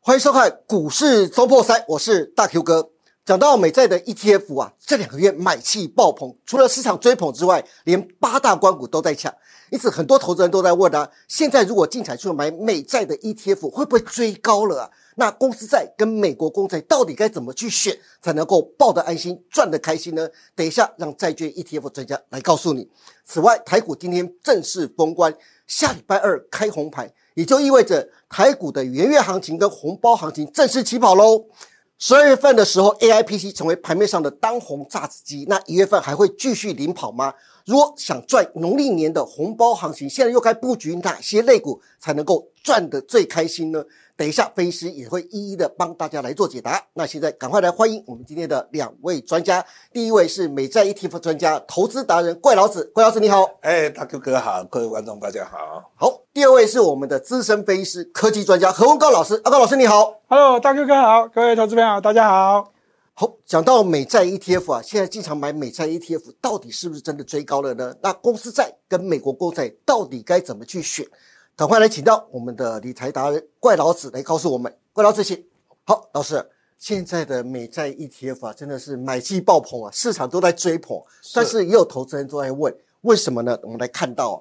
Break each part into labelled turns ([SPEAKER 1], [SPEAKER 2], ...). [SPEAKER 1] 欢迎收看股市周破三，我是大 Q 哥。讲到美债的 ETF 啊，这两个月买气爆棚，除了市场追捧之外，连八大关股都在抢。因此，很多投资人都在问啊，现在如果进场去买美债的 ETF，会不会追高了啊？那公司债跟美国公债到底该怎么去选，才能够抱得安心、赚得开心呢？等一下让债券 ETF 专家来告诉你。此外，台股今天正式封关，下礼拜二开红盘。也就意味着台股的元月行情跟红包行情正式起跑喽。十二月份的时候，AIPC 成为盘面上的当红炸子鸡，那一月份还会继续领跑吗？如果想赚农历年的红包行情，现在又该布局哪些类股才能够赚得最开心呢？等一下，分析师也会一一的帮大家来做解答。那现在赶快来欢迎我们今天的两位专家，第一位是美债 ETF 专家、投资达人怪老子，怪老子你好。
[SPEAKER 2] 哎，大 Q 哥好，各位观众大家好。
[SPEAKER 1] 好，第二位是我们的资深分析师、科技专家何文高老师。阿高老师，你好。
[SPEAKER 3] Hello，大 Q 哥好，各位投资朋友大家好。
[SPEAKER 1] 好，讲到美债 ETF 啊，现在经常买美债 ETF，到底是不是真的追高了呢？那公司债跟美国公债到底该怎么去选？赶快来请到我们的理财达人怪老子来告诉我们。怪老子，请。好，老师，啊现在的美债 ETF 啊，真的是买气爆棚啊，市场都在追捧，但是也有投资人都在问，为什么呢？我们来看到、啊，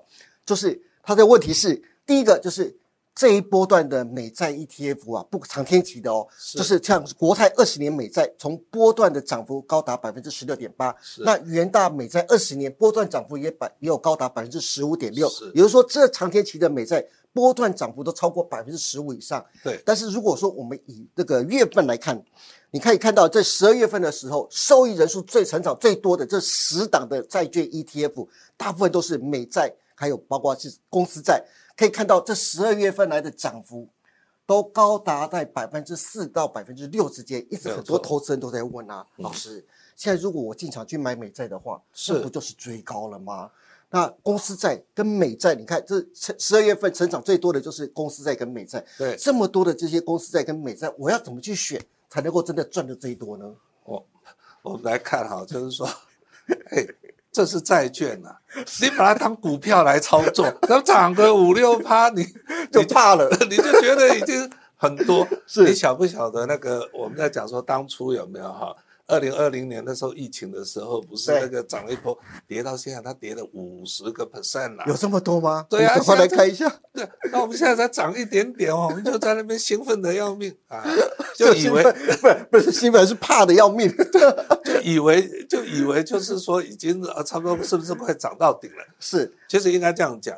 [SPEAKER 1] 就是它的问题是，第一个就是这一波段的美债 ETF 啊，不长天期的哦，
[SPEAKER 2] 是
[SPEAKER 1] 就是像国泰二十年美债，从波段的涨幅高达百分之十六点八，
[SPEAKER 2] 是
[SPEAKER 1] 那元大美债二十年波段涨幅也百也有高达百分之十五点六
[SPEAKER 2] 是，
[SPEAKER 1] 也就是说这长天期的美债。波段涨幅都超过百分之十五以上，
[SPEAKER 2] 对，
[SPEAKER 1] 但是如果说我们以这个月份来看，你可以看到在十二月份的时候，受益人数最成长最多的这十档的债券 ETF，大部分都是美债，还有包括是公司债。可以看到这十二月份来的涨幅都高达在百分之四到百分之六之间，一直
[SPEAKER 2] 没有
[SPEAKER 1] 很多
[SPEAKER 2] 错嗯
[SPEAKER 1] 投资人都在问啊，老师，现在如果我进场去买美债的话，
[SPEAKER 2] 是
[SPEAKER 1] 这不就是追高了吗？那公司债跟美债，你看这十二月份成长最多的就是公司债跟美债，
[SPEAKER 2] 对
[SPEAKER 1] 这么多的这些公司债跟美债，我要怎么去选才能够真的赚的最多呢？
[SPEAKER 2] 我我们来看哈，就是说， 哎，这是债券呐、你把它当股票来操 作，它涨个五六趴，你
[SPEAKER 1] 就
[SPEAKER 2] 你
[SPEAKER 1] 怕了，
[SPEAKER 2] 你就觉得已经很 多。
[SPEAKER 1] 是
[SPEAKER 2] 你晓不晓得那个我们在讲说当初有没有哈？二零二零年那时候疫情的时候，不是
[SPEAKER 1] 对
[SPEAKER 2] 那个涨了一波，跌到现在它跌了五十个 percent 啦。
[SPEAKER 1] 有这么多吗？
[SPEAKER 2] 啊对
[SPEAKER 1] 我
[SPEAKER 2] 啊
[SPEAKER 1] 们赶快来
[SPEAKER 2] 现在
[SPEAKER 1] 看一下，
[SPEAKER 2] 对， 那我们现在才涨一点点哦，我们就在那边兴奋的要命 啊，
[SPEAKER 1] 这
[SPEAKER 2] 就以
[SPEAKER 1] 兴
[SPEAKER 2] 为
[SPEAKER 1] 奋不是 不是兴奋，是怕的要命。
[SPEAKER 2] 就以为就以为就是说已经啊，差不多是不是快涨到顶了？
[SPEAKER 1] 是
[SPEAKER 2] 其实应该这样讲，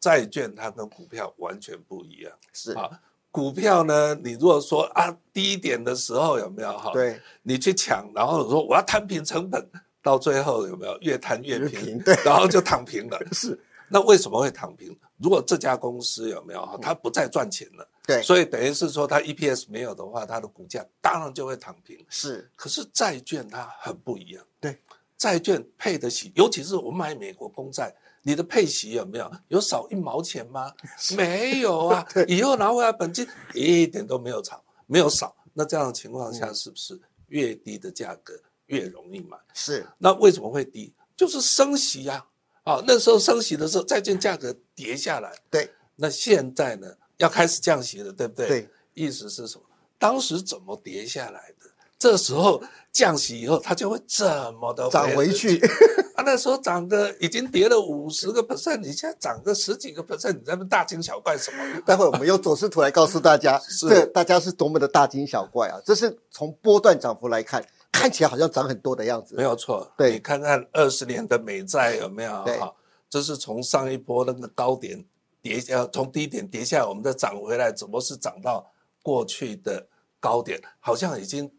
[SPEAKER 2] 债券它跟股票完全不一样
[SPEAKER 1] 是，
[SPEAKER 2] 啊。股票呢，你如果说啊低点的时候有没有哈？，
[SPEAKER 1] 对，
[SPEAKER 2] 你去抢，然后你说我要摊平成本，到最后有没有越摊越
[SPEAKER 1] 越
[SPEAKER 2] 平
[SPEAKER 1] 平？对，
[SPEAKER 2] 然后就躺平了。
[SPEAKER 1] 是，
[SPEAKER 2] 那为什么会躺平？如果这家公司有没有哈，它不再赚钱了，
[SPEAKER 1] 嗯对，
[SPEAKER 2] 所以等于是说它 EPS 没有的话，它的股价当然就会躺平。
[SPEAKER 1] 是，
[SPEAKER 2] 可是债券它很不一样，
[SPEAKER 1] 对，
[SPEAKER 2] 债券配得起，尤其是我买美国公债，你的配息有没有有少一毛钱吗？没有 啊，以后拿回来本金一点都没有少，没有少。那这样的情况
[SPEAKER 1] 嗯
[SPEAKER 2] 下，是不是越低的价格越容易买？
[SPEAKER 1] 是，
[SPEAKER 2] 那为什么会低？就是升息呀、啊，啊，那时候升息的时候，债券价格跌下来，
[SPEAKER 1] 对，
[SPEAKER 2] 那现在呢，要开始降息了，对不对？
[SPEAKER 1] 对，
[SPEAKER 2] 意思是什么？当时怎么跌下来的？这时候降息以后，它就会怎么的
[SPEAKER 1] 涨回去
[SPEAKER 2] 啊？那时候涨个已经跌了五十个 percent，你现在涨个十几个 percent，你在那边大惊小怪什么？
[SPEAKER 1] 待会我们用走势图来告诉大家，
[SPEAKER 2] 是
[SPEAKER 1] 这大家是多么的大惊小怪啊！这是从波段涨幅来看，看起来好像涨很多的样
[SPEAKER 2] 没
[SPEAKER 1] 子。
[SPEAKER 2] 有错，
[SPEAKER 1] 对
[SPEAKER 2] 你看看二十年的美债有没有
[SPEAKER 1] 对
[SPEAKER 2] 哈？这是从上一波那个高点跌下，从低点跌下来，我们再涨回来，怎么是涨到过去的高点？好像已经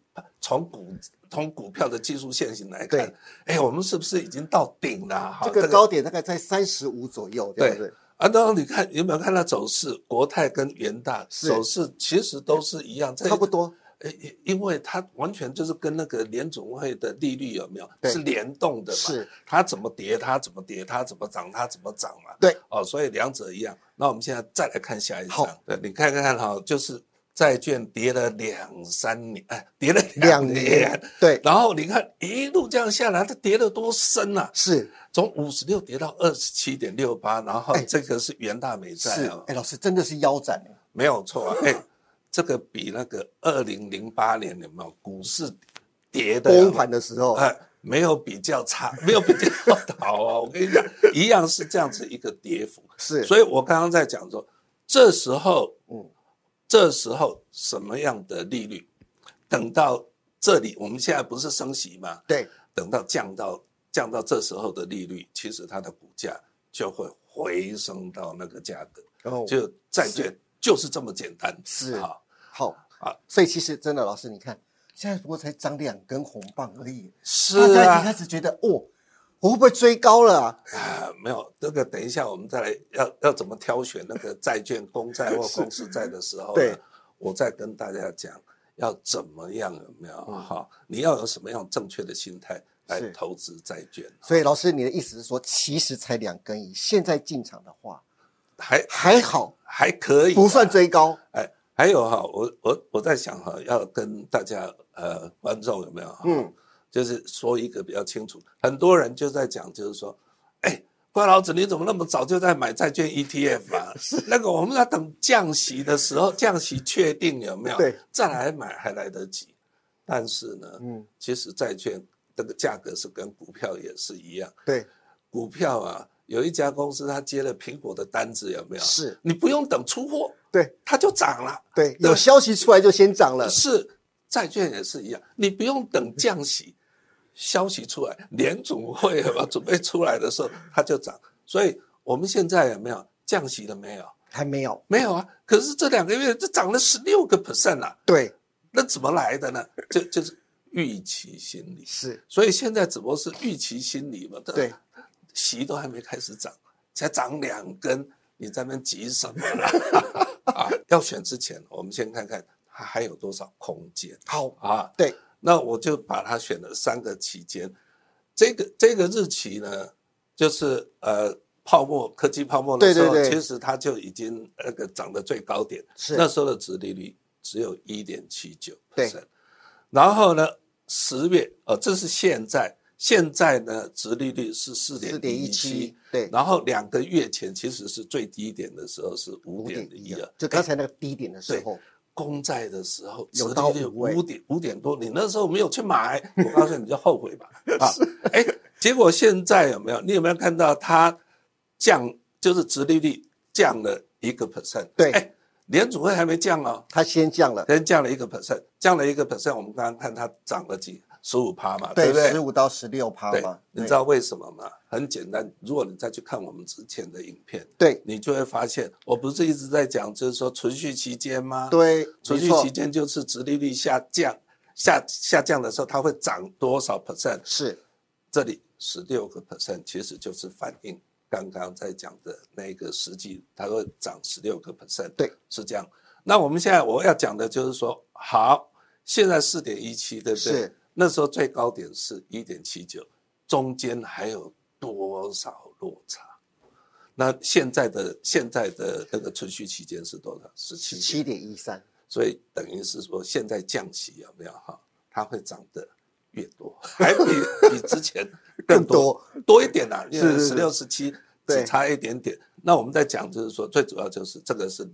[SPEAKER 2] 从股从股票的技术线型来看
[SPEAKER 1] 对，
[SPEAKER 2] 哎，我们是不是已经到顶了？哈
[SPEAKER 1] 这个高点大概在三十五左右，这样子。
[SPEAKER 2] 啊，然后你看有没有看到走势？国泰跟元大
[SPEAKER 1] 是
[SPEAKER 2] 走势其实都是一样，这
[SPEAKER 1] 差不多。
[SPEAKER 2] 诶，因因为它完全就是跟那个联总会的利率有没有
[SPEAKER 1] 对
[SPEAKER 2] 是联动的嘛？
[SPEAKER 1] 是，
[SPEAKER 2] 它怎么跌，它怎么跌，它怎么涨，它怎么涨嘛？
[SPEAKER 1] 对，
[SPEAKER 2] 哦，所以两者一样。那我们现在再来看下一张
[SPEAKER 1] 好，
[SPEAKER 2] 对，你看看哈，就是债券跌了两三年，哎，跌了
[SPEAKER 1] 两
[SPEAKER 2] 年
[SPEAKER 1] 年，，对，
[SPEAKER 2] 然后你看一路这样下来，它跌得多深啊！
[SPEAKER 1] 是
[SPEAKER 2] 从五十六跌到二十七点六八，然后
[SPEAKER 1] 哎
[SPEAKER 2] 这个是元大美债
[SPEAKER 1] 是
[SPEAKER 2] 啊，，
[SPEAKER 1] 哎，老师真的是腰斩，
[SPEAKER 2] 没有错啊。哎，这个比那个二零零八年有没有股市跌的
[SPEAKER 1] 崩盘的时候，
[SPEAKER 2] 哎，没有比较差， 没有比较好啊！我跟你讲，一样是这样子一个跌幅。
[SPEAKER 1] 是
[SPEAKER 2] 所以我刚刚在讲说，这时候，
[SPEAKER 1] 嗯
[SPEAKER 2] 嗯，这时候什么样的利率？等到这里，我们现在不是升息吗？
[SPEAKER 1] 对，
[SPEAKER 2] 等到降到降到这时候的利率，其实它的股价就会回升到那个价格。
[SPEAKER 1] 然后
[SPEAKER 2] 就债券就是这么简单。
[SPEAKER 1] 哦是
[SPEAKER 2] 啊，
[SPEAKER 1] 好
[SPEAKER 2] 啊，
[SPEAKER 1] 所以其实真的，老师你看，现在不过才涨两根红棒而已，
[SPEAKER 2] 是
[SPEAKER 1] 大家已经
[SPEAKER 2] 啊
[SPEAKER 1] 开，始觉得哦，我会不会追高了啊？
[SPEAKER 2] 啊没有这个，等一下我们再来要要怎么挑选那个债券、公债或公司债的时候呢，
[SPEAKER 1] 对
[SPEAKER 2] 我再跟大家讲要怎么样有没有哈？你要有什么样正确的心态来
[SPEAKER 1] 嗯是
[SPEAKER 2] 投资债券？
[SPEAKER 1] 所以老师，你的意思是说，其实才两根一，现在进场的话
[SPEAKER 2] 还
[SPEAKER 1] 还好，
[SPEAKER 2] 还可以，
[SPEAKER 1] 不算。追高。
[SPEAKER 2] 哎，还有哈，我我我在想哈，要跟大家呃观众有没有哈？
[SPEAKER 1] 嗯，
[SPEAKER 2] 就是说一个比较清楚。很多人就在讲，就是说，哎，怪老子你怎么那么早就在买债券 ETF 啊？那个我们要等降息的时候，降息确定有没有？
[SPEAKER 1] 对，
[SPEAKER 2] 再来买还来得及。但是呢，
[SPEAKER 1] 嗯，
[SPEAKER 2] 其实债券这个价格是跟股票也是一样，
[SPEAKER 1] 对，
[SPEAKER 2] 股票啊，有一家公司它接了苹果的单子，有没有？
[SPEAKER 1] 是，
[SPEAKER 2] 你不用等出货，
[SPEAKER 1] 对
[SPEAKER 2] 它就涨了。
[SPEAKER 1] 对，
[SPEAKER 2] 对
[SPEAKER 1] 有消息出来就先涨了。
[SPEAKER 2] 是债券也是一样，你不用等降息消息出来，联总会有没有准备出来的时候它就涨。所以我们现在有没有降息了没有？
[SPEAKER 1] 还没有，
[SPEAKER 2] 没有啊。可是这两个月这涨了十六个 percent 啊，
[SPEAKER 1] 对，
[SPEAKER 2] 那怎么来的呢？就就是预期心理。
[SPEAKER 1] 是，
[SPEAKER 2] 所以现在只不过是预期心理嘛，
[SPEAKER 1] 对，
[SPEAKER 2] 息都还没开始涨，才涨两根，你在那边急什么啦？ 啊，要选之前，我们先看看它还有多少空间
[SPEAKER 1] 好，
[SPEAKER 2] 啊。
[SPEAKER 1] 对，
[SPEAKER 2] 那我就把它选了三个期间，这个这个日期呢，就是呃泡沫科技泡沫的
[SPEAKER 1] 对
[SPEAKER 2] 时
[SPEAKER 1] 对
[SPEAKER 2] 候，
[SPEAKER 1] 对
[SPEAKER 2] 其实它就已经那个涨得最高点，
[SPEAKER 1] 是
[SPEAKER 2] 那时候的殖利率只有一点七九
[SPEAKER 1] 对
[SPEAKER 2] 然后呢，十月哦，这是现在，现在呢殖利率是四点
[SPEAKER 1] 四点一七，，对，
[SPEAKER 2] 然后两个月前其实是最低点的时候是五点一啊二，
[SPEAKER 1] 啊就刚才那个低点的时候，
[SPEAKER 2] 公债的时候，
[SPEAKER 1] 有
[SPEAKER 2] 殖
[SPEAKER 1] 到
[SPEAKER 2] 利率
[SPEAKER 1] 五位
[SPEAKER 2] 五点五点多，你那时候没有 去买，我告诉你，你就后悔吧。啊，哎，结果现在有没有？你有没有看到它降，就是殖利率降了一个 percent？
[SPEAKER 1] 对
[SPEAKER 2] 哎，联储会还没降哦，
[SPEAKER 1] 它先降了，
[SPEAKER 2] 先降了一个 percent，降了一个 percent，我们刚刚看它涨了几十五趴嘛，不对？
[SPEAKER 1] 十五到十六趴
[SPEAKER 2] 对
[SPEAKER 1] 嘛，，
[SPEAKER 2] 你知道为什么吗？很简单，如果你再去看我们之前的影片，
[SPEAKER 1] 对？
[SPEAKER 2] 你就会发现，我不是一直在讲，就是说存续期间吗？
[SPEAKER 1] 对对，
[SPEAKER 2] 存
[SPEAKER 1] 没
[SPEAKER 2] 续
[SPEAKER 1] 错
[SPEAKER 2] 期，间就是殖利率下降，下下降的时候它会涨多少 percent？
[SPEAKER 1] 是
[SPEAKER 2] 这里十六个 percent 其实就是反映刚刚在讲的那个实际，它会涨十六个 percent。
[SPEAKER 1] 对，
[SPEAKER 2] 是这样。那我们现在我要讲的就是说，好，现在四点一七，对不对？
[SPEAKER 1] 是。
[SPEAKER 2] 那时候最高点是一点七九，中间还有多少落差？那现在的现在的那个存续期间是多少？十七
[SPEAKER 1] 十七点一三，
[SPEAKER 2] 所以等于是说，现在降息有没有哈？它会涨得越多，还比 比之前更
[SPEAKER 1] 更
[SPEAKER 2] 多
[SPEAKER 1] 多
[SPEAKER 2] 多一点啦、啊，因为
[SPEAKER 1] 是
[SPEAKER 2] 十
[SPEAKER 1] 是
[SPEAKER 2] 六十七
[SPEAKER 1] 对
[SPEAKER 2] 只差一点点。那我们在讲就是说，最主要就是这个是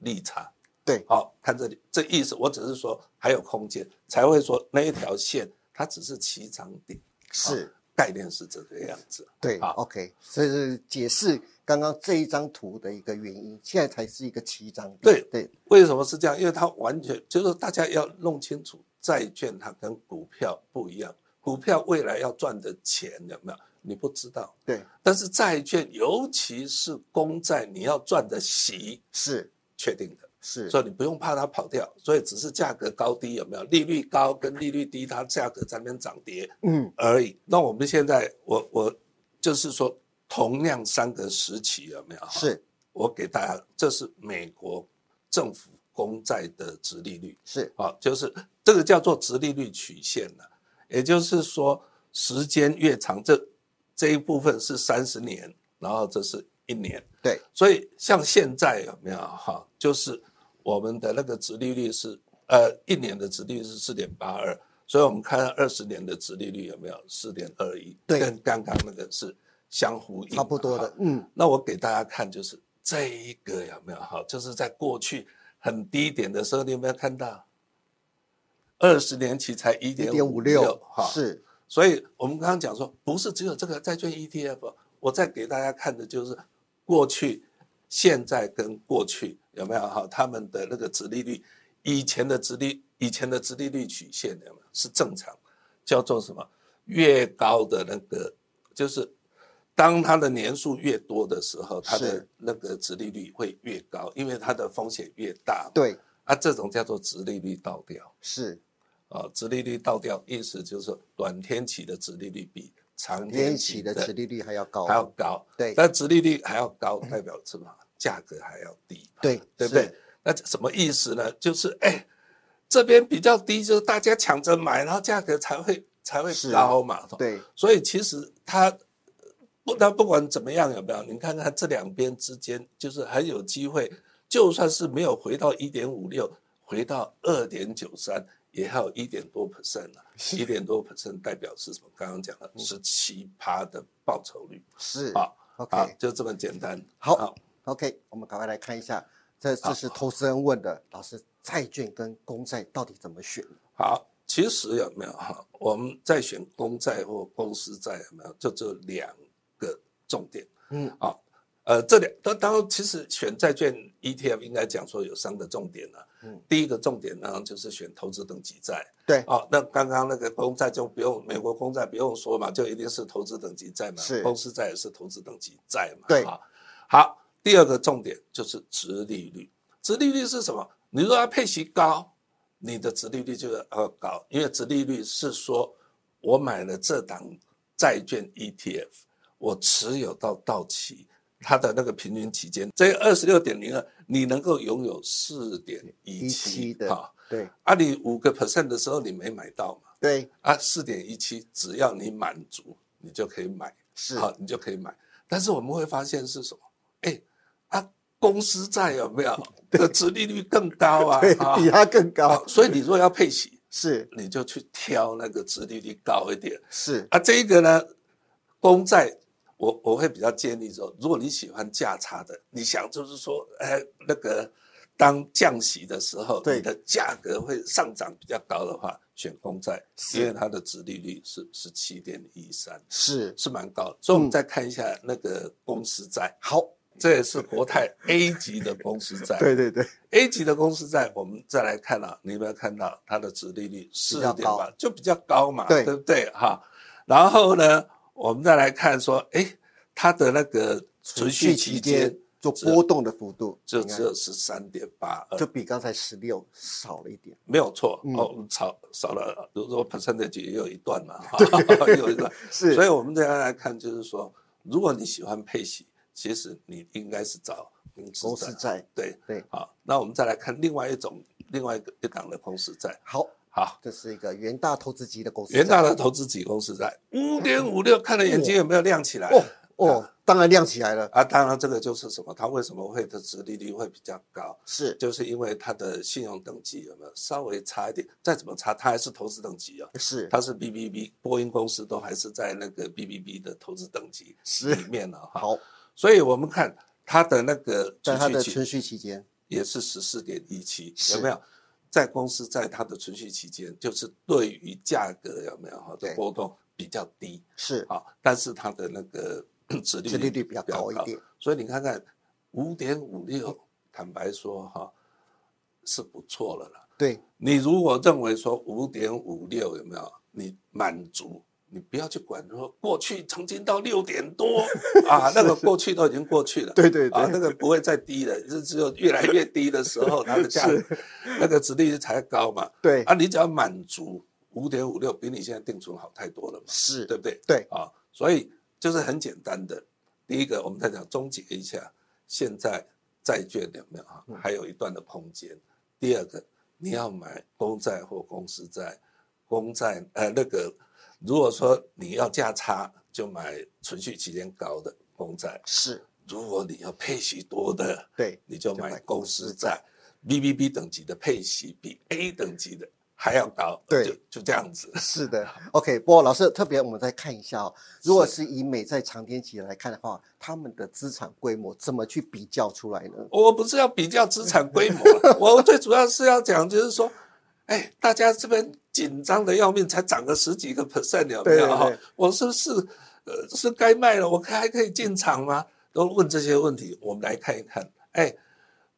[SPEAKER 2] 利差。
[SPEAKER 1] 对
[SPEAKER 2] 好，看这里，这意思我只是说还有空间，才会说那一条线它只是起涨点，
[SPEAKER 1] 是。
[SPEAKER 2] 概念是这个样子。
[SPEAKER 1] 对
[SPEAKER 2] 好
[SPEAKER 1] ，OK，这是解释刚刚这一张图的一个原因，现在才是一个七张。
[SPEAKER 2] 对
[SPEAKER 1] 对，
[SPEAKER 2] 为什么是这样？因为它完全就是大家要弄清楚，债券它跟股票不一样。股票未来要赚的钱有没有？你不知道。
[SPEAKER 1] 对，
[SPEAKER 2] 但是债券，尤其是公债，你要赚的息
[SPEAKER 1] 是
[SPEAKER 2] 确定的，
[SPEAKER 1] 是，
[SPEAKER 2] 所以你不用怕它跑掉。所以只是价格高低有没有？利率高跟利率低，它价格在那边涨跌
[SPEAKER 1] 嗯，
[SPEAKER 2] 而已。那我们现在，我我就是说，同样三个时期有没有？
[SPEAKER 1] 是
[SPEAKER 2] 我给大家，这是美国政府公债的殖利率，
[SPEAKER 1] 是
[SPEAKER 2] 啊，就是这个叫做殖利率曲线了、也就是说时间越长，这这一部分是三十年，然后这是一年，
[SPEAKER 1] 对，
[SPEAKER 2] 所以像现在有没有哈、就是我们的那个殖利率是呃一年的殖利率是四点八二，所以我们看二十年的殖利率有没有四点二一，
[SPEAKER 1] 对
[SPEAKER 2] 跟刚刚那个是相呼应，
[SPEAKER 1] 差不多的
[SPEAKER 2] 哈。
[SPEAKER 1] 嗯，
[SPEAKER 2] 那我给大家看，就是这一个有没有哈？就是在过去很低点的时候，你有没有看到？二十年期才一
[SPEAKER 1] 一
[SPEAKER 2] 点
[SPEAKER 1] 点五六
[SPEAKER 2] 哈，，
[SPEAKER 1] 是
[SPEAKER 2] 所以我们刚刚讲说，不是只有这个债券 ETF，我再给大家看的就是过去、现在跟过去有没有哈？他们的那个殖利率，以前的殖利以前的殖利率曲线有没有是正常，叫做什么？越高的那个就是。当它的年数越多的时候，它的
[SPEAKER 1] 是
[SPEAKER 2] 那个殖利率会越高，因为它的风险越大。，
[SPEAKER 1] 对，
[SPEAKER 2] 啊，这种叫做殖利率倒掉。
[SPEAKER 1] 是
[SPEAKER 2] 啊，殖利率倒掉，意思就是说短天期的殖利率比长
[SPEAKER 1] 年
[SPEAKER 2] 天
[SPEAKER 1] 期
[SPEAKER 2] 期
[SPEAKER 1] 的
[SPEAKER 2] 的
[SPEAKER 1] 殖利率还要高，
[SPEAKER 2] 还要高。
[SPEAKER 1] 对
[SPEAKER 2] 但殖利率还要高，代表什么？价格还要低，
[SPEAKER 1] 对
[SPEAKER 2] 对不对
[SPEAKER 1] 是？
[SPEAKER 2] 那这什么意思呢？就是哎，这边比较低，就是大家抢着买，然后价格才会才会
[SPEAKER 1] 是
[SPEAKER 2] 高嘛。
[SPEAKER 1] 对，
[SPEAKER 2] 所以其实它不，那不管怎么样有没有，你看看这两边之间，就是很有机会，就算是没有回到一点五六，回到二点九三，也还有一点多 percent 啊，一点多 percent 代表是什么？刚刚讲的是七趴的报酬率
[SPEAKER 1] 是
[SPEAKER 2] 啊，
[SPEAKER 1] OK
[SPEAKER 2] 啊，就这么简单。
[SPEAKER 1] 好
[SPEAKER 2] 啊
[SPEAKER 1] OK，我们赶快来看一下，这这
[SPEAKER 2] 好
[SPEAKER 1] 是投资人问的，老师，债券跟公债到底怎么选？
[SPEAKER 2] 好，其实有没有哈？我们在选公债或公司债有没有？就这两个重点。
[SPEAKER 1] 嗯，
[SPEAKER 2] 啊，呃，这两当当然，其实选债券 ETF 应该讲说有三个重点呢、
[SPEAKER 1] 嗯
[SPEAKER 2] 第一个重点呢就是选投资等级债。
[SPEAKER 1] 对，
[SPEAKER 2] 哦，那刚刚那个公债就不用，美国公债不用说嘛，就一定是投资等级债嘛，
[SPEAKER 1] 是
[SPEAKER 2] 公司债也是投资等级债嘛。
[SPEAKER 1] 对
[SPEAKER 2] 啊，好，第二个重点就是殖利率，殖利率是什么？你如果要配息高，你的殖利率就要高，因为殖利率是说我买了这档债券 ETF，我持有到到期。它的那个平均期间，这二十六点零二，你能够拥有四点一
[SPEAKER 1] 一
[SPEAKER 2] 七
[SPEAKER 1] 期的
[SPEAKER 2] 啊，
[SPEAKER 1] 对
[SPEAKER 2] 啊，你五个 percent 的时候你没买到嘛？
[SPEAKER 1] 对
[SPEAKER 2] 啊，四点一七，只要你满足，你就可以买，
[SPEAKER 1] 是
[SPEAKER 2] 好，你就可以买。但是我们会发现是什么？哎，啊，公司债有 没有的殖利率更高啊？
[SPEAKER 1] 对，
[SPEAKER 2] 啊
[SPEAKER 1] 比它更高
[SPEAKER 2] 啊，所以你如果要配息，
[SPEAKER 1] 是
[SPEAKER 2] 你就去挑那个殖利率高一点
[SPEAKER 1] 是
[SPEAKER 2] 啊。这一个呢，公债。我我会比较建议说，如果你喜欢价差的，你想就是说，哎，那个当降息的时候，
[SPEAKER 1] 对
[SPEAKER 2] 你的价格会上涨比较高的话，选公债，
[SPEAKER 1] 是
[SPEAKER 2] 因为它的殖利率是是七点一三，
[SPEAKER 1] 是
[SPEAKER 2] 是蛮高的。所以我们再看一下那个公司债，
[SPEAKER 1] 嗯好，
[SPEAKER 2] 这也是国泰 A 级的公司债。
[SPEAKER 1] 对对对
[SPEAKER 2] A 级的公司债，我们再来看啊，你有没有看到它的殖利率四
[SPEAKER 1] 较
[SPEAKER 2] 点
[SPEAKER 1] 高
[SPEAKER 2] 八，就比较高嘛，
[SPEAKER 1] 对
[SPEAKER 2] 不对？哈，然后呢，我们再来看说，诶，它的那个存续期间
[SPEAKER 1] 就波动的幅度
[SPEAKER 2] 就
[SPEAKER 1] 你看
[SPEAKER 2] 只有十三点八二，
[SPEAKER 1] 就比刚才十六少了一点，
[SPEAKER 2] 没有错、
[SPEAKER 1] 嗯
[SPEAKER 2] 哦，少少了，如果 percentage 也有一段嘛，哈，也有一段，
[SPEAKER 1] 是
[SPEAKER 2] 所以我们再来看，就是说，如果你喜欢配息，其实你应该是找公司
[SPEAKER 1] 公司债
[SPEAKER 2] 对
[SPEAKER 1] 对
[SPEAKER 2] 好，那我们再来看另外一种另外一个一档的公司债，
[SPEAKER 1] 好，
[SPEAKER 2] 好，
[SPEAKER 1] 这是一个元大投资级的公司债，
[SPEAKER 2] 元大的投资级公司债五点五六，看了眼睛有没有亮起来？
[SPEAKER 1] 嗯哦哦，当然亮起来了，
[SPEAKER 2] 啊，当然这个就是什么？它为什么会的殖利率会比较高？
[SPEAKER 1] 是
[SPEAKER 2] 就是因为它的信用等级有没有稍微差一点？再怎么差，它还是投资等级啊、
[SPEAKER 1] 是
[SPEAKER 2] 它是 BBB，波音公司都还是在那个 BBB 的投资等级
[SPEAKER 1] 是
[SPEAKER 2] 里面了、哈。
[SPEAKER 1] 好，
[SPEAKER 2] 所以我们看它的那个
[SPEAKER 1] 在它
[SPEAKER 2] 存
[SPEAKER 1] 的
[SPEAKER 2] 续期
[SPEAKER 1] 存续期间
[SPEAKER 2] 也是十四点一七，
[SPEAKER 1] 是
[SPEAKER 2] 有没有？在公司在它的存续期间，就是对于价格有没有哈
[SPEAKER 1] 对
[SPEAKER 2] 的波动比较低
[SPEAKER 1] 是
[SPEAKER 2] 啊，但是它的那个 殖利
[SPEAKER 1] 殖利率比较高一点，
[SPEAKER 2] 所以你看看五点五六，坦白说哈、是不错了啦。
[SPEAKER 1] 对
[SPEAKER 2] 你如果认为说五点五六有没有你满足，你不要去管说过去曾经到六点多 啊，那个过去都已经过去了。
[SPEAKER 1] 对对
[SPEAKER 2] 啊，
[SPEAKER 1] 对
[SPEAKER 2] 那个不会再低了，就只有越来越低的时候，它的价格那个殖利率才高嘛。
[SPEAKER 1] 对
[SPEAKER 2] 啊，你只要满足五点五六，比你现在定存好太多了嘛，
[SPEAKER 1] 是
[SPEAKER 2] 对不对？
[SPEAKER 1] 对
[SPEAKER 2] 啊，所以就是很简单的，第一个我们再讲终结一下，现在债券有没有啊？
[SPEAKER 1] 嗯
[SPEAKER 2] 还有一段的空间。第二个，你要买公债或公司债，公债呃那个，如果说你要价差，就买存续期间高的公债；
[SPEAKER 1] 是，
[SPEAKER 2] 如果你要配息多的，
[SPEAKER 1] 对
[SPEAKER 2] 你就
[SPEAKER 1] 就买
[SPEAKER 2] 买
[SPEAKER 1] 公
[SPEAKER 2] 公
[SPEAKER 1] 司
[SPEAKER 2] 司
[SPEAKER 1] 债
[SPEAKER 2] 债。BBB 等级的配息比 A 等级的还要高，
[SPEAKER 1] 对
[SPEAKER 2] 就就这样子。
[SPEAKER 1] 是的，OK。不过老师特别，我们再看一下哦，如果是以美债长天期来看的话，他们的资产规模怎么去比较出来呢？
[SPEAKER 2] 我不是要比较资产规模，我最主要是要讲就是说，哎，大家这边紧张的要命，才涨了十几个 percent 有没
[SPEAKER 1] 对对
[SPEAKER 2] 有？
[SPEAKER 1] 对
[SPEAKER 2] 哈我是不是呃是该卖了？我还可以进场吗？都问这些问题，我们来看一看。哎，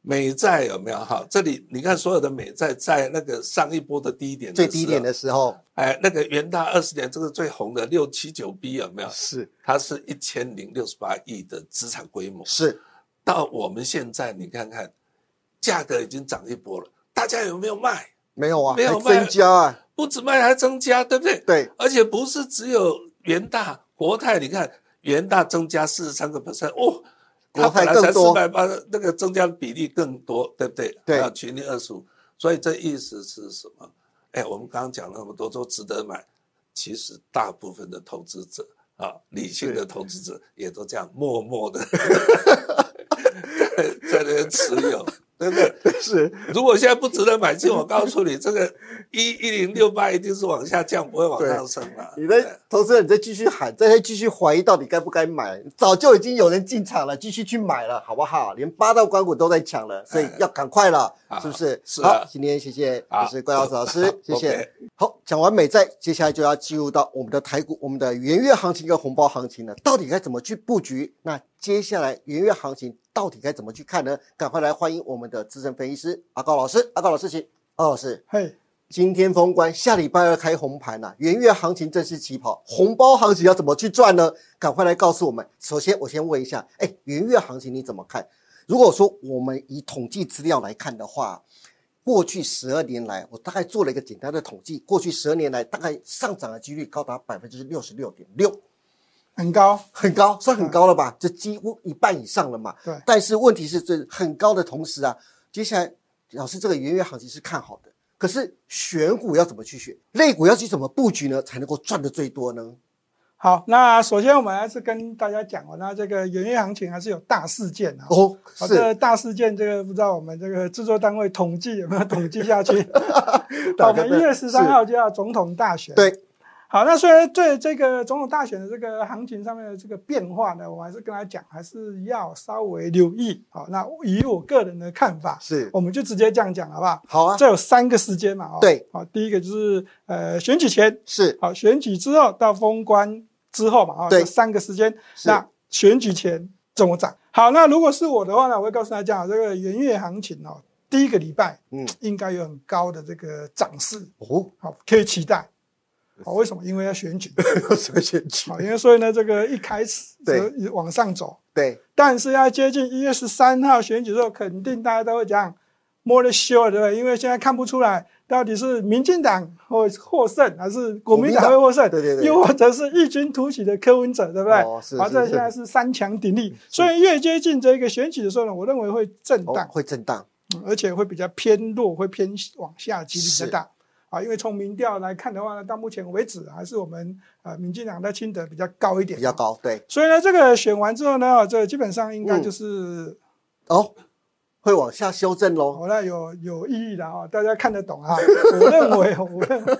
[SPEAKER 2] 美债有没有哈？这里你看所有的美债在那个上一波的啊低点
[SPEAKER 1] 最低点
[SPEAKER 2] 时候
[SPEAKER 1] 的时候
[SPEAKER 2] 哎，那个元大二十年这个最红的六七九 B 有没有？
[SPEAKER 1] 是
[SPEAKER 2] 它是一千零六十八亿的资产规模，
[SPEAKER 1] 是
[SPEAKER 2] 到我们现在，你看看，价格已经涨一波了，大家有没有卖？
[SPEAKER 1] 没有啊，
[SPEAKER 2] 没有
[SPEAKER 1] 还增加啊，
[SPEAKER 2] 不止卖还增加，对不对？
[SPEAKER 1] 对，
[SPEAKER 2] 而且不是只有元大、国泰，你看元大增加四十三个 percent，哦，它
[SPEAKER 1] 国泰
[SPEAKER 2] 本来才
[SPEAKER 1] 更
[SPEAKER 2] 四
[SPEAKER 1] 多
[SPEAKER 2] 百八，那个增加的比例更多，对不对？
[SPEAKER 1] 对
[SPEAKER 2] 啊，群力二十五，所以这意思是什么？哎，我们刚刚讲了那么多，都值得买，其实大部分的投资者啊，理性的投资者也都这样默默的 在那边持有，对不对？
[SPEAKER 1] 是
[SPEAKER 2] 如果现在不值得买进，我告诉你，这个一一零六八一定是往下降，不会往上升了。
[SPEAKER 1] 你
[SPEAKER 2] 对
[SPEAKER 1] 的投资人，你再继续喊，再继续怀疑到底该不该买，早就已经有人进场了，继续去买了，好不好？连八道关股都在抢了，所以要赶快了，
[SPEAKER 2] 哎
[SPEAKER 1] 是不是？
[SPEAKER 2] 是哎啊
[SPEAKER 1] 好，今天谢谢，
[SPEAKER 2] 好，
[SPEAKER 1] 我是怪老师老师 谢谢
[SPEAKER 2] OK。
[SPEAKER 1] 好，讲完美债，接下来就要进入到我们的台股，我们的元月行情跟红包行情了，到底该怎么去布局？那接下来元月行情到底该怎么去看呢？赶快来欢迎我们的资深分析师阿高老师，阿高老师请，阿高老师。
[SPEAKER 3] 嘿，
[SPEAKER 1] 今天封关，下礼拜二开红盘呐、元月行情正式起跑，红包行情要怎么去赚呢？赶快来告诉我们。首先，我先问一下，哎，元月行情你怎么看？如果说我们以统计资料来看的话，过去十二年来，我大概做了一个简单的统计，过去十二年来，大概上涨的几率高达百分之六十六点六，
[SPEAKER 3] 很高，
[SPEAKER 1] 很高，算很高了吧？这几乎一半以上了嘛。
[SPEAKER 3] 对
[SPEAKER 1] 但是问题是，这很高的同时啊，接下来老师这个元月行情是看好的，可是选股要怎么去选，类股要去怎么布局呢，才能够赚的最多呢？
[SPEAKER 3] 好，那首先我们还是跟大家讲哦，那这个元月行情还是有大事件啊。
[SPEAKER 1] 哦，
[SPEAKER 3] 好，这
[SPEAKER 1] 是
[SPEAKER 3] 个大事件，这个不知道我们这个制作单位统计有没有统计下去？好我们一月十三号就要总统大选。，
[SPEAKER 1] 对，
[SPEAKER 3] 好，那虽然对这个总统大选的这个行情上面的这个变化呢，我还是跟他讲，还是要稍微留意。好，那以我个人的看法，
[SPEAKER 1] 是
[SPEAKER 3] 我们就直接这样讲好不好？
[SPEAKER 1] 好啊，
[SPEAKER 3] 哦这有三个时间嘛，哦，
[SPEAKER 1] 对，
[SPEAKER 3] 好，第一个就是呃选举前，
[SPEAKER 1] 是
[SPEAKER 3] 好，选举之后到封关之后嘛，哦，
[SPEAKER 1] 对
[SPEAKER 3] 这三个时间，
[SPEAKER 1] 是
[SPEAKER 3] 那选举前怎么涨？好，那如果是我的话呢，我会告诉大家，哦这个元月行情哦，第一个礼拜
[SPEAKER 1] 嗯，
[SPEAKER 3] 应该有很高的这个涨势，
[SPEAKER 1] 哦，
[SPEAKER 3] 好，可以期待。好，为什么？因为要选举，
[SPEAKER 1] 什么选举？
[SPEAKER 3] 好，因为所以呢，这个一开始
[SPEAKER 1] 对
[SPEAKER 3] 就往上走，
[SPEAKER 1] 对，
[SPEAKER 3] 但是要接近一月十三号选举之后，肯定大家都会讲摸得修了，对不对？因为现在看不出来到底是民进党会获胜，还是国民党会获胜，
[SPEAKER 1] 对对对
[SPEAKER 3] 又或者是异军突起的柯文哲，对不对？
[SPEAKER 1] 哦是嗯
[SPEAKER 3] 好，
[SPEAKER 1] 是
[SPEAKER 3] 这
[SPEAKER 1] 是
[SPEAKER 3] 现在是三强鼎立，所以越接近这个选举的时候呢，我认为会震
[SPEAKER 1] 哦
[SPEAKER 3] 荡，，
[SPEAKER 1] 会震荡，
[SPEAKER 3] 嗯而且会比较偏弱，会偏往下几率比较
[SPEAKER 1] 是
[SPEAKER 3] 大。啊，因为从民调来看的话呢，到目前为止还是我们呃民进党在清德比较高一点，
[SPEAKER 1] 比较高，对，
[SPEAKER 3] 所以呢，这个选完之后呢，哦这基本上应
[SPEAKER 1] 嗯
[SPEAKER 3] 该就是
[SPEAKER 1] 哦，会往下修正喽。
[SPEAKER 3] 我那有有意义的啊、大家看得懂啊。我认 为，我认为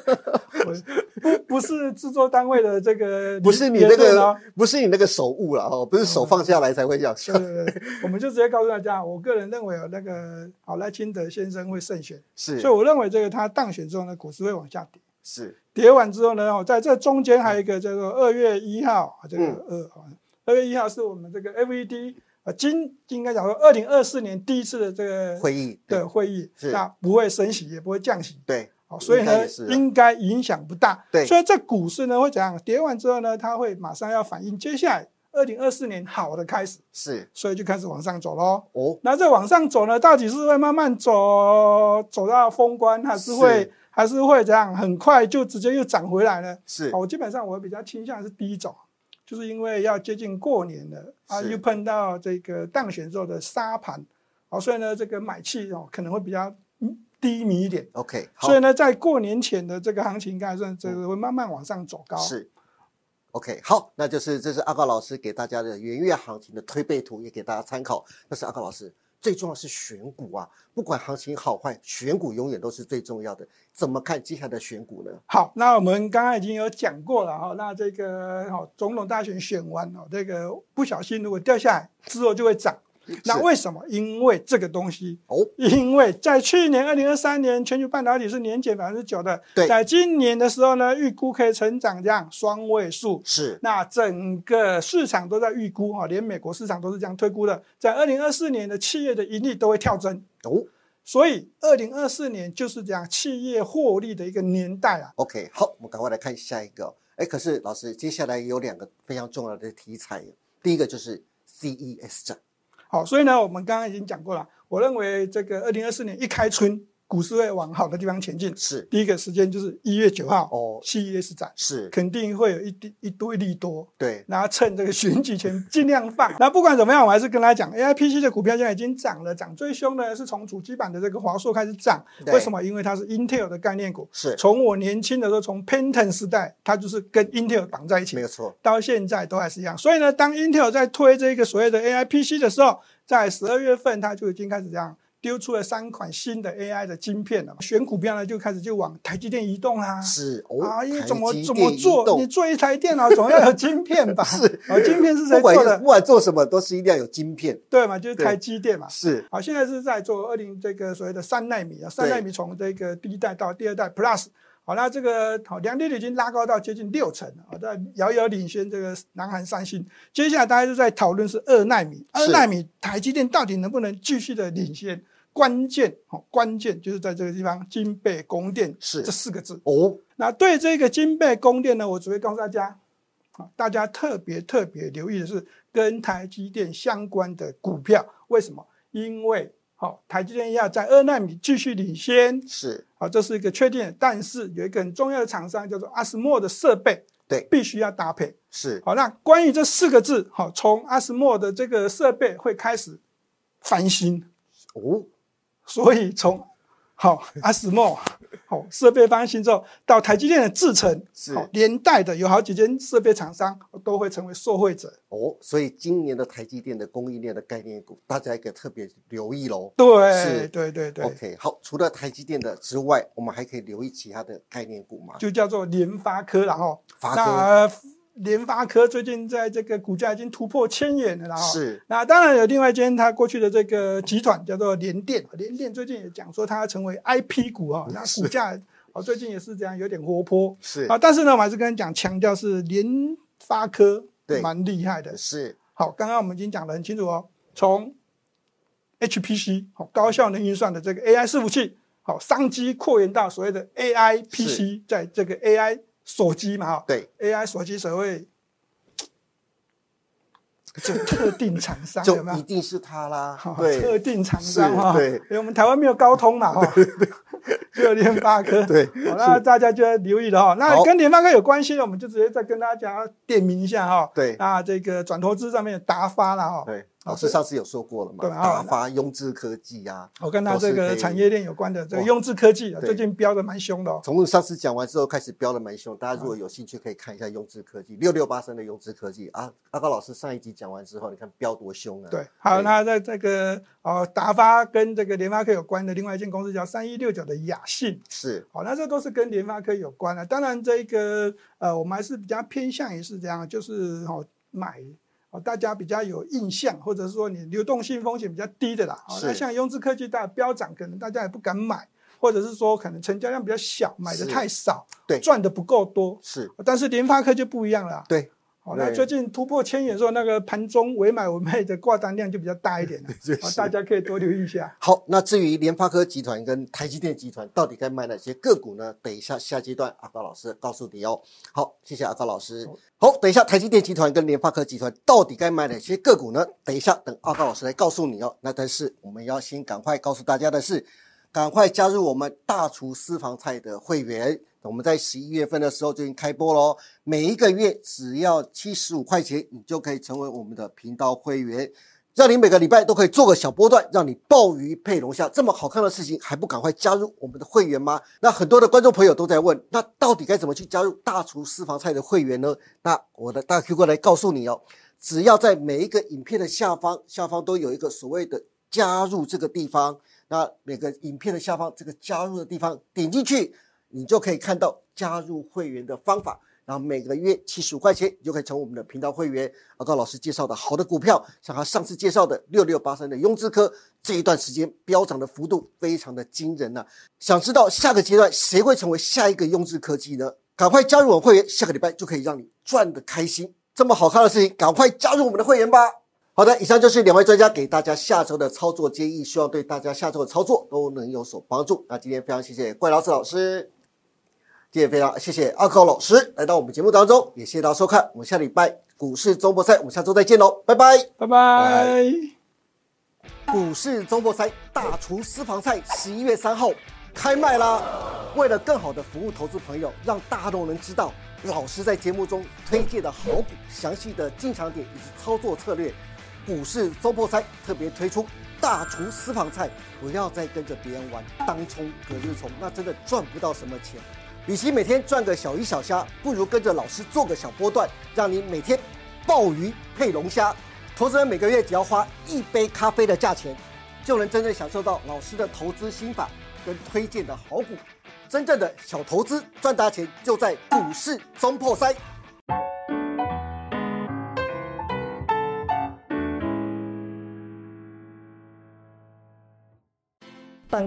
[SPEAKER 3] 我不不是制作单位的这个
[SPEAKER 1] 不是你
[SPEAKER 3] 言
[SPEAKER 1] 那
[SPEAKER 3] 论
[SPEAKER 1] 个
[SPEAKER 3] 啊。，
[SPEAKER 1] 不是你那个手误了哦，不是
[SPEAKER 3] 嗯
[SPEAKER 1] 手放下来才会这样
[SPEAKER 3] 对
[SPEAKER 1] 想。
[SPEAKER 3] 对对，我们就直接告诉大家，我个人认为有那个好赖清德先生会胜选，
[SPEAKER 1] 是
[SPEAKER 3] 所以我认为这个他当选之后呢，股市会往下跌。
[SPEAKER 1] 是，
[SPEAKER 3] 跌完之后呢，哦，在这中间还有一个叫做二月一号，啊这个
[SPEAKER 1] 嗯
[SPEAKER 3] 二啊，二月一号是我们这个 FED 啊，今应该讲说二零二四年第一次的这个
[SPEAKER 1] 会议对
[SPEAKER 3] 的会议，
[SPEAKER 1] 是
[SPEAKER 3] 那不会升息也不会降息，
[SPEAKER 1] 对
[SPEAKER 3] 好，所以
[SPEAKER 1] 应该
[SPEAKER 3] 呢
[SPEAKER 1] 也是啊
[SPEAKER 3] 应该影响不大。
[SPEAKER 1] 对
[SPEAKER 3] 所以这股市呢会怎样？跌完之后呢，它会马上要反映接下来二零二四年好的开始，
[SPEAKER 1] 是
[SPEAKER 3] 所以就开始往上走喽。
[SPEAKER 1] 哦，
[SPEAKER 3] 那再往上走呢，到底是会慢慢走走到封关，还是会
[SPEAKER 1] 是
[SPEAKER 3] 还是会怎样？很快就直接又涨回来呢？
[SPEAKER 1] 是
[SPEAKER 3] 好，我基本上我比较倾向是第一种，就是因为要接近过年了啊，
[SPEAKER 1] 是
[SPEAKER 3] 又碰到这个当选之后的沙盘，好，所以呢，这个买气哦可能会比较嗯低迷一点。
[SPEAKER 1] OK，好嗯
[SPEAKER 3] 所以呢，在过年前的这个行情，应该算这个会慢慢往上走高。
[SPEAKER 1] 是。OK，好，那就是这是阿高老师给大家的元月行情的推背图，也给大家参考。但是阿高老师，最重要是选股啊，不管行情好坏，选股永远都是最重要的。怎么看接下来的选股呢？
[SPEAKER 3] 好，那我们刚刚已经有讲过了哈、哦，那这个哦，总统大选选完哦，这个不小心如果掉下来之后就会涨。那为什么？因为这个东西
[SPEAKER 1] 哦，
[SPEAKER 3] 因为在去年二零二三年，全球半导体是年减百分之九的，
[SPEAKER 1] 对
[SPEAKER 3] 在今年的时候呢，预估可以成长这样双位数。
[SPEAKER 1] 是
[SPEAKER 3] 那整个市场都在预估哈，连美国市场都是这样推估的，在二零二四年的企业的盈利都会跳增，
[SPEAKER 1] 哦
[SPEAKER 3] 所以二零二四年就是这样企业获利的一个年代啊。
[SPEAKER 1] ，OK，好，我们赶快来看下一个哦。哎，可是老师，接下来有两个非常重要的题材，第一个就是 E CES 展，
[SPEAKER 3] 好，所以呢，我们刚刚已经讲过了，我认为这个二零二四年一开春，股市会往好的地方前进。
[SPEAKER 1] 是
[SPEAKER 3] 第一个时间就是一月九号
[SPEAKER 1] 哦
[SPEAKER 3] ，CES 展
[SPEAKER 1] 是，
[SPEAKER 3] 肯定会有一堆一堆利多，
[SPEAKER 1] 对，
[SPEAKER 3] 然后趁这个选举前尽量放。 那不管怎么样，我还是跟大家讲，AIPC 的股票现在已经涨了，涨最凶的是从主机板的这个华硕开始涨。
[SPEAKER 1] 对
[SPEAKER 3] 为什么？因为它是 Intel 的概念股。
[SPEAKER 1] 是
[SPEAKER 3] 从我年轻的时候，从 Pentium 时代，它就是跟 Intel 绑在一起
[SPEAKER 1] 没。有错，
[SPEAKER 3] 到现在都还是一样。所以呢，当 Intel 在推这个所谓的 AI PC 的时候，在十二月份它就已经开始这样丢出了三款新的 AI 的晶片了嘛。选股票呢就开始就往台积电移动啦、
[SPEAKER 1] 是哦，
[SPEAKER 3] 啊，因为
[SPEAKER 1] 台
[SPEAKER 3] 怎么
[SPEAKER 1] 积
[SPEAKER 3] 怎
[SPEAKER 1] 电
[SPEAKER 3] 么
[SPEAKER 1] 移
[SPEAKER 3] 做，
[SPEAKER 1] 动
[SPEAKER 3] 你做一台电脑总要有晶片 吧？
[SPEAKER 1] 是
[SPEAKER 3] 哦，晶片是谁
[SPEAKER 1] 不管
[SPEAKER 3] 做
[SPEAKER 1] 是不
[SPEAKER 3] 的？
[SPEAKER 1] 管做什么，都是一定要有晶片。啊
[SPEAKER 3] 对嘛，就是
[SPEAKER 1] 对
[SPEAKER 3] 台积电嘛。
[SPEAKER 1] 是
[SPEAKER 3] 好，现在是在做二零这个所谓的三纳米啊，三纳米从这个第一代到第二代 Plus，好，那这个好良率已经拉高到接近六成了，啊，在遥遥领先这个南韩三星。接下来大家就在讨论是二纳米，二
[SPEAKER 1] 是
[SPEAKER 3] 纳米台积电到底能不能继续的领先？关键，好，关键就是在这个地方金贝宫殿
[SPEAKER 1] 是
[SPEAKER 3] 这四个字。
[SPEAKER 1] 哦，
[SPEAKER 3] 那对这个金贝宫殿呢，我只会告诉大家，啊，大家特别特别留意的是跟台积电相关的股票，为什么？因为好、台积电要在二纳米继续领先，
[SPEAKER 1] 是
[SPEAKER 3] 好、这是一个确定的。但是有一个很重要的厂商叫做阿斯莫的设备，
[SPEAKER 1] 对
[SPEAKER 3] 必须要搭配。
[SPEAKER 1] 是
[SPEAKER 3] 好，那关于这四个字，好、从阿斯莫的这个设备会开始翻新，
[SPEAKER 1] 哦，
[SPEAKER 3] 所以从 好阿斯莫好设备翻新之后，到台积电的制程，
[SPEAKER 1] 是
[SPEAKER 3] 好连带的有好几间设备厂商都会成为受惠者。
[SPEAKER 1] 哦，所以今年的台积电的供应链的概念股，大家一个特别留意喽。
[SPEAKER 3] 对
[SPEAKER 1] 是
[SPEAKER 3] 对对对
[SPEAKER 1] OK，好，除了台积电的之外，我们还可以留意其他的概念股吗？
[SPEAKER 3] 就叫做联发科然后
[SPEAKER 1] 发
[SPEAKER 3] 那
[SPEAKER 1] 哥
[SPEAKER 3] 呃联发科最近在这个股价已经突破千元了，然后
[SPEAKER 1] 是
[SPEAKER 3] 那当然有另外一间它过去的这个集团叫做联电，联电最近也讲说它要成为 IP 股哦，那股价哦最近也是这样有点活泼
[SPEAKER 1] 是
[SPEAKER 3] 啊，但是呢我还是跟你讲强调是联发科
[SPEAKER 1] 对
[SPEAKER 3] 蛮厉害的。
[SPEAKER 1] 是
[SPEAKER 3] 好，刚刚我们已经讲得很清楚哦，从 HPC 好、高效能运算的这个 AI 伺服器，好、商机扩延到所谓的 AI PC，在这个 AI 手机嘛哈、
[SPEAKER 1] 对，
[SPEAKER 3] AI 手机所谓就特定厂 商
[SPEAKER 1] 就
[SPEAKER 3] 有没
[SPEAKER 1] 一
[SPEAKER 3] 有？
[SPEAKER 1] 定是它啦
[SPEAKER 3] 好，。特
[SPEAKER 1] 对
[SPEAKER 3] 定厂商哈，
[SPEAKER 1] 是对
[SPEAKER 3] 因为我们台湾没有高通嘛哈，只有联发科。
[SPEAKER 1] 对
[SPEAKER 3] 好，那大家就要留意了哈。那
[SPEAKER 1] 好
[SPEAKER 3] 跟联发科有关系的，我们就直接再跟大家点名一下哈。
[SPEAKER 1] 对
[SPEAKER 3] 那这个转投资上面有达发了哈，
[SPEAKER 1] 对，老师上次有说过了嘛，
[SPEAKER 3] 对啊
[SPEAKER 1] 大发雍智科技啊，
[SPEAKER 3] 我跟它这
[SPEAKER 1] 都是可
[SPEAKER 3] 个
[SPEAKER 1] 以
[SPEAKER 3] 产业链有关的这
[SPEAKER 1] 哇
[SPEAKER 3] 个雍智科技啊，
[SPEAKER 1] 对
[SPEAKER 3] 最近标的蛮凶的哦。
[SPEAKER 1] 从上次讲完之后开始飙的蛮凶，大家如果有兴趣可以看一下雍智科技六六八三的雍智科技啊。阿高老师上一集讲完之后，你看飙多凶啊！
[SPEAKER 3] 对，好，那在这个哦达发跟这个联发科有关的另外一间公司叫三一六九的雅信，
[SPEAKER 1] 是
[SPEAKER 3] 好，那这都是跟联发科有关的。当然，这个呃，我们还是比较偏向于是这样，就是哦买哦大家比较有印象，或者说你流动性风险比较低的啦。哦，
[SPEAKER 1] 是
[SPEAKER 3] 那像雍智科技大飙涨，可能大家也不敢买，或者是说可能成交量比较小，买的
[SPEAKER 1] 是
[SPEAKER 3] 太少，
[SPEAKER 1] 对
[SPEAKER 3] 赚的不够多。
[SPEAKER 1] 是，
[SPEAKER 3] 但是联发科就不一样了啊。
[SPEAKER 1] 对，
[SPEAKER 3] 好，那
[SPEAKER 1] 对
[SPEAKER 3] 最近突破千元之后，那个盘中尾买尾卖的挂单量就比较大一 点了，好大家可以多留意一下。
[SPEAKER 1] 好，那至于联发科集团跟台积电集团到底该买哪些个股呢？等一下下阶段阿高老师告诉你哦。好，谢谢阿高老师。好，等一下台积电集团跟联发科集团到底该买哪些个股呢？等一下等阿高老师来告诉你哦。那但是我们要先赶快告诉大家的是，赶快加入我们大厨私房菜的会员。我们在十一月份的时候就已经开播喽，每一个月只要七十五块钱，你就可以成为我们的频道会员。让你每个礼拜都可以做个小波段，让你鲍鱼配龙虾这么好看的事情，还不赶快加入我们的会员吗？那很多的观众朋友都在问，那到底该怎么去加入大厨私房菜的会员呢？那我的大 Q 哥来告诉你哦，只要在每一个影片的下方，下方都有一个所谓的加入这个地方，那每个影片的下方这个加入的地方点进去，你就可以看到加入会员的方法。然后每个月七十五块钱，你就可以成为我们的频道会员。阿啊高老师介绍的好的股票，像他上次介绍的六六八三的雍智科，这一段时间飙涨的幅度非常的惊人呐、想知道下个阶段谁会成为下一个雍智科技呢？赶快加入我们会员，下个礼拜就可以让你赚得开心。这么好看的事情，赶快加入我们的会员吧！好的，以上就是两位专家给大家下周的操作建议，希望对大家下周的操作都能有所帮助。那今天非常谢谢怪老师老师。今天非常谢谢阿高老师来到我们节目当中，也谢谢大家收看。我们下礼拜股市中博赛，我们下周再见喽，拜拜。
[SPEAKER 3] 拜拜。
[SPEAKER 1] 股市周末赛大厨私房菜十一月三号开卖啦！为了更好的服务投资朋友，让大众能知道老师在节目中推荐的好股、详细的进场点以及操作策略，股市周末赛特别推出大厨私房菜，不要再跟着别人玩当冲、隔日冲，那真的赚不到什么钱。与其每天赚个小鱼小虾，不如跟着老师做个小波段，让你每天鲍鱼配龙虾。投资人每个月只要花一杯咖啡的价钱，就能真正享受到老师的投资心法跟推荐的好股。真正的小投资赚大钱，就在股市中破塞。
[SPEAKER 4] 本